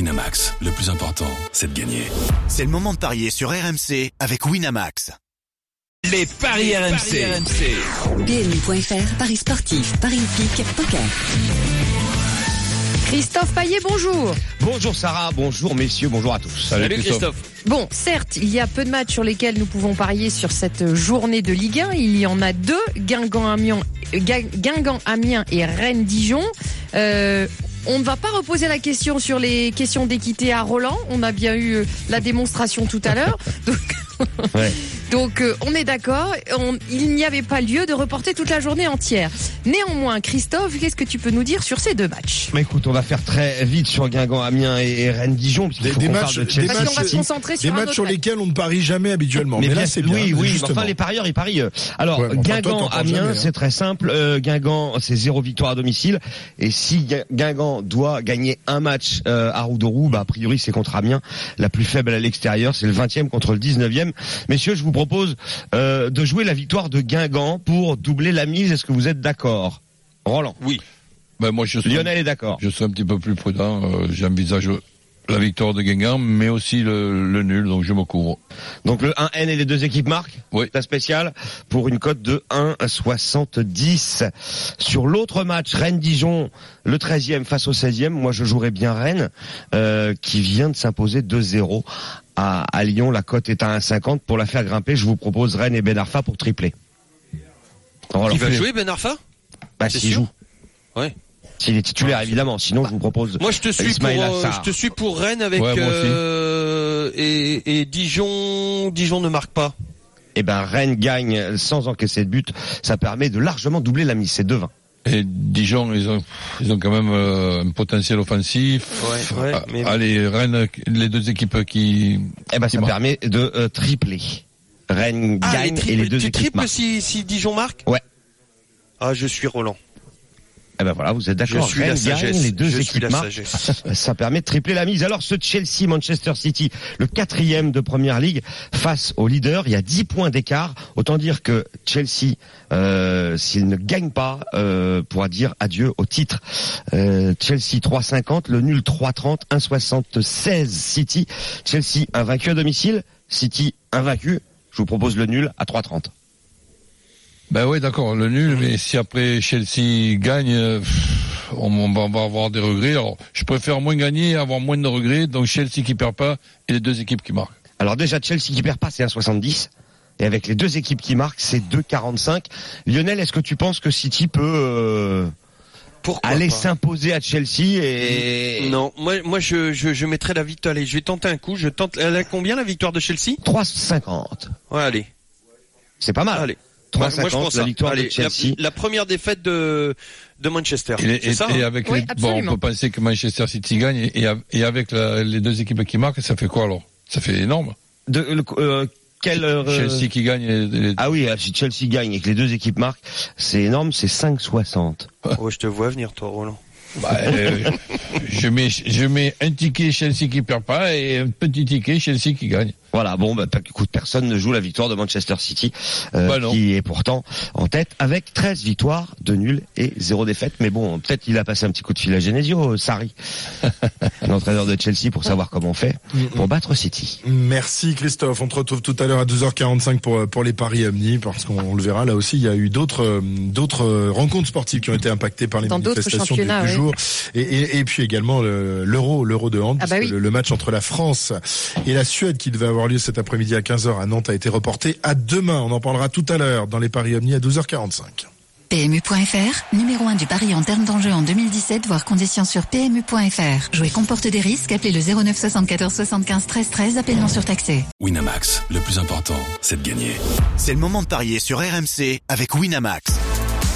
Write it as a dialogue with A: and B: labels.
A: Winamax, le plus important, c'est de gagner.
B: C'est le moment de parier sur RMC avec Winamax.
C: Les paris, RMC.
D: PMU.fr, Paris sportif, Paris hippique, poker.
E: Christophe Paillet, bonjour.
F: Bonjour Sarah, bonjour messieurs, bonjour à tous.
C: Salut Christophe.
E: Bon, certes, il y a peu de matchs sur lesquels nous pouvons parier sur cette journée de Ligue 1. Il y en a deux, Guingamp-Amiens Guingamp, Amiens et Rennes-Dijon. Euh, on ne va pas reposer la question sur les questions d'équité à Roland. On a bien eu euh, la démonstration tout à l'heure. Donc,
F: Ouais.
E: donc euh, on est d'accord. On- Il n'y avait pas lieu de reporter toute la journée entière. Néanmoins, Christophe, qu'est-ce que tu peux nous dire sur ces deux matchs
F: Mais écoute, on va faire très vite sur Guingamp, Amiens et, et Rennes Dijon.
G: Des- des matchs- des
E: Parce qu'on va se concentrer
G: Des
E: sur un
G: matchs
E: autre
G: sur
E: match.
G: lesquels on ne parie jamais habituellement. Mais,
F: bien-
G: là, c'est bien.
F: Oui, oui,
G: justement.
F: enfin les parieurs, ils parient. euh. Alors,
G: Ouais, bon, enfin, toi,
F: Guingamp,
G: t'en parles
F: Amiens,
G: jamais, hein.
F: c'est très simple. Euh, Guingamp, c'est zéro victoire à domicile. Et si Guin- Guingamp doit gagner un match euh, à Roudourou, bah, a priori, c'est contre Amiens. La plus faible à l'extérieur, c'est le 20e contre le 19e. Messieurs, je vous propose euh, de jouer la victoire de Guingamp pour doubler la mise. Est-ce que vous êtes d'accord Roland,
H: Oui. Ben moi je suis,
F: Lionel est d'accord.
H: je suis un petit peu plus prudent. euh, J'envisage la victoire de Guingamp, mais aussi le, le nul, donc je me couvre.
F: Donc le 1N et les deux équipes marquent
H: Oui.
F: La spéciale pour une cote de 1,70. Sur l'autre match, Rennes-Dijon, le 13e face au 16e, moi je jouerais bien Rennes, euh, qui vient de s'imposer 2-0 à, à Lyon. La cote est à 1,50. Pour la faire grimper, je vous propose Rennes et Ben Arfa pour tripler. Alors,
I: Il va
F: alors,
I: jouer Ben Arfa
F: bah,
I: c'est
F: S'il
I: sûr
F: joue.
I: Ouais.
F: S'il est titulaire, évidemment. Sinon, je vous propose...
I: Moi je te suis pour
F: Ismail
I: euh,
F: Assar.
I: je te suis pour Rennes avec
H: Ouais, moi aussi.
I: euh, et, et Dijon Dijon ne marque pas.
F: Eh ben, Rennes gagne sans encaisser de but. Ça permet de largement doubler la mise. C'est 2-20.
H: Et Dijon, ils ont, ils ont quand même euh, un potentiel offensif.
I: Ouais, ouais,
F: euh,
H: Ah,
I: mais-
H: Allez, Rennes, les deux équipes qui...
F: Eh ben, ça
H: Dis-moi.
F: permet de euh, tripler. Rennes
I: Ah,
F: gagne
I: les triples,
F: et les deux
I: tu
F: équipes
I: triples
F: marquent.
I: si si Dijon marque
F: Ouais.
I: Ah, je suis Roland.
F: Eh ben voilà, vous êtes
I: Je
F: d'accord.
I: suis la
F: Rennes gagne,
I: sagesse.
F: les deux
I: je suis
F: équipes
I: la
F: marquent.
I: sagesse.
F: Ça permet de tripler la mise. Alors, ce Chelsea, Manchester City, le quatrième de première ligue, face au leader, il y a 10 points d'écart. Autant dire que Chelsea, euh, s'il ne gagne pas, euh, pourra dire adieu au titre. Euh, Chelsea 3,50, le nul 3,30, 1,76 City. Chelsea invaincu à domicile, City invaincu. Je vous propose le nul à 3,30.
H: Ben oui, d'accord, le nul, mais si après Chelsea gagne, euh, pff, on, on va- on va avoir des regrets. Alors, je préfère moins gagner, avoir moins de regrets, donc Chelsea qui perd pas et les deux équipes qui marquent.
F: Alors déjà Chelsea qui perd pas c'est 1,70 et avec les deux équipes qui marquent c'est 2,45. Lionel, est-ce que tu penses que City peut euh,
I: Pourquoi
F: aller
I: pas
F: s'imposer à Chelsea et
I: Non, moi moi je je je mettrai la victoire allez, je vais tenter un coup, je tente elle a combien la victoire de Chelsea
F: 3,50
I: Ouais, allez.
F: C'est pas mal.
I: Allez. Moi, moi, je
F: 3,50
I: pense
F: la
I: ça.
F: victoire
I: Allez,
F: de Chelsea.
I: La, la première défaite de de Manchester.
H: Et, les-
I: C'est
H: et-
I: ça
H: et
I: hein
H: avec
E: Oui,
H: les, bon, on
E: absolument.
H: peut penser que Manchester City gagne et, et av- et avec la- les deux équipes qui marquent, ça fait quoi alors Ça fait énorme.
F: De, le- euh, quel, euh,
H: Chelsea qui gagne. euh, et- et-
F: Ah oui, si Chelsea gagne et que les deux équipes marquent, c'est énorme, c'est 5,60.
I: Oh, je te vois venir toi Roland.
H: bah, euh, je mets je mets un ticket Chelsea qui perd pas et un petit ticket Chelsea qui gagne.
F: Voilà, bon, bah, écoute, personne ne joue la victoire de Manchester City, euh,
H: Bah non.
F: qui est pourtant en tête avec 13 victoires, 2 nuls et 0 défaite. Mais bon, peut-être il a passé un petit coup de fil à Genesio, euh, Sarri, l'entraîneur de Chelsea, pour savoir comment on fait
H: Mm.
F: pour battre City.
G: Mm. Merci Christophe. On te retrouve tout à l'heure à 2h45 pour pour les paris Amni parce qu'on le verra là aussi. Il y a eu d'autres euh, d'autres euh, rencontres sportives qui ont été impactées par les
E: Dans d'autres
G: manifestations du,
E: championnats,
G: du
E: ouais.
G: jour et, et, et puis également le- l'euro l'euro de hand
E: Ah bah
G: puisque
E: oui.
G: le, le match entre la France et la Suède qui devait avoir lieu cet après-midi à 15h à Nantes a été reporté à demain. On en parlera tout à l'heure dans les paris Omni à 12h45.
D: PMU.fr, numéro 1 du pari en termes d'enjeu en 2017, voire conditions sur PMU.fr. Jouer comporte des risques, appelez le 09 74 75 13 13, appel non surtaxé.
A: Winamax, le plus important, c'est de gagner.
B: C'est le moment de parier sur RMC avec Winamax.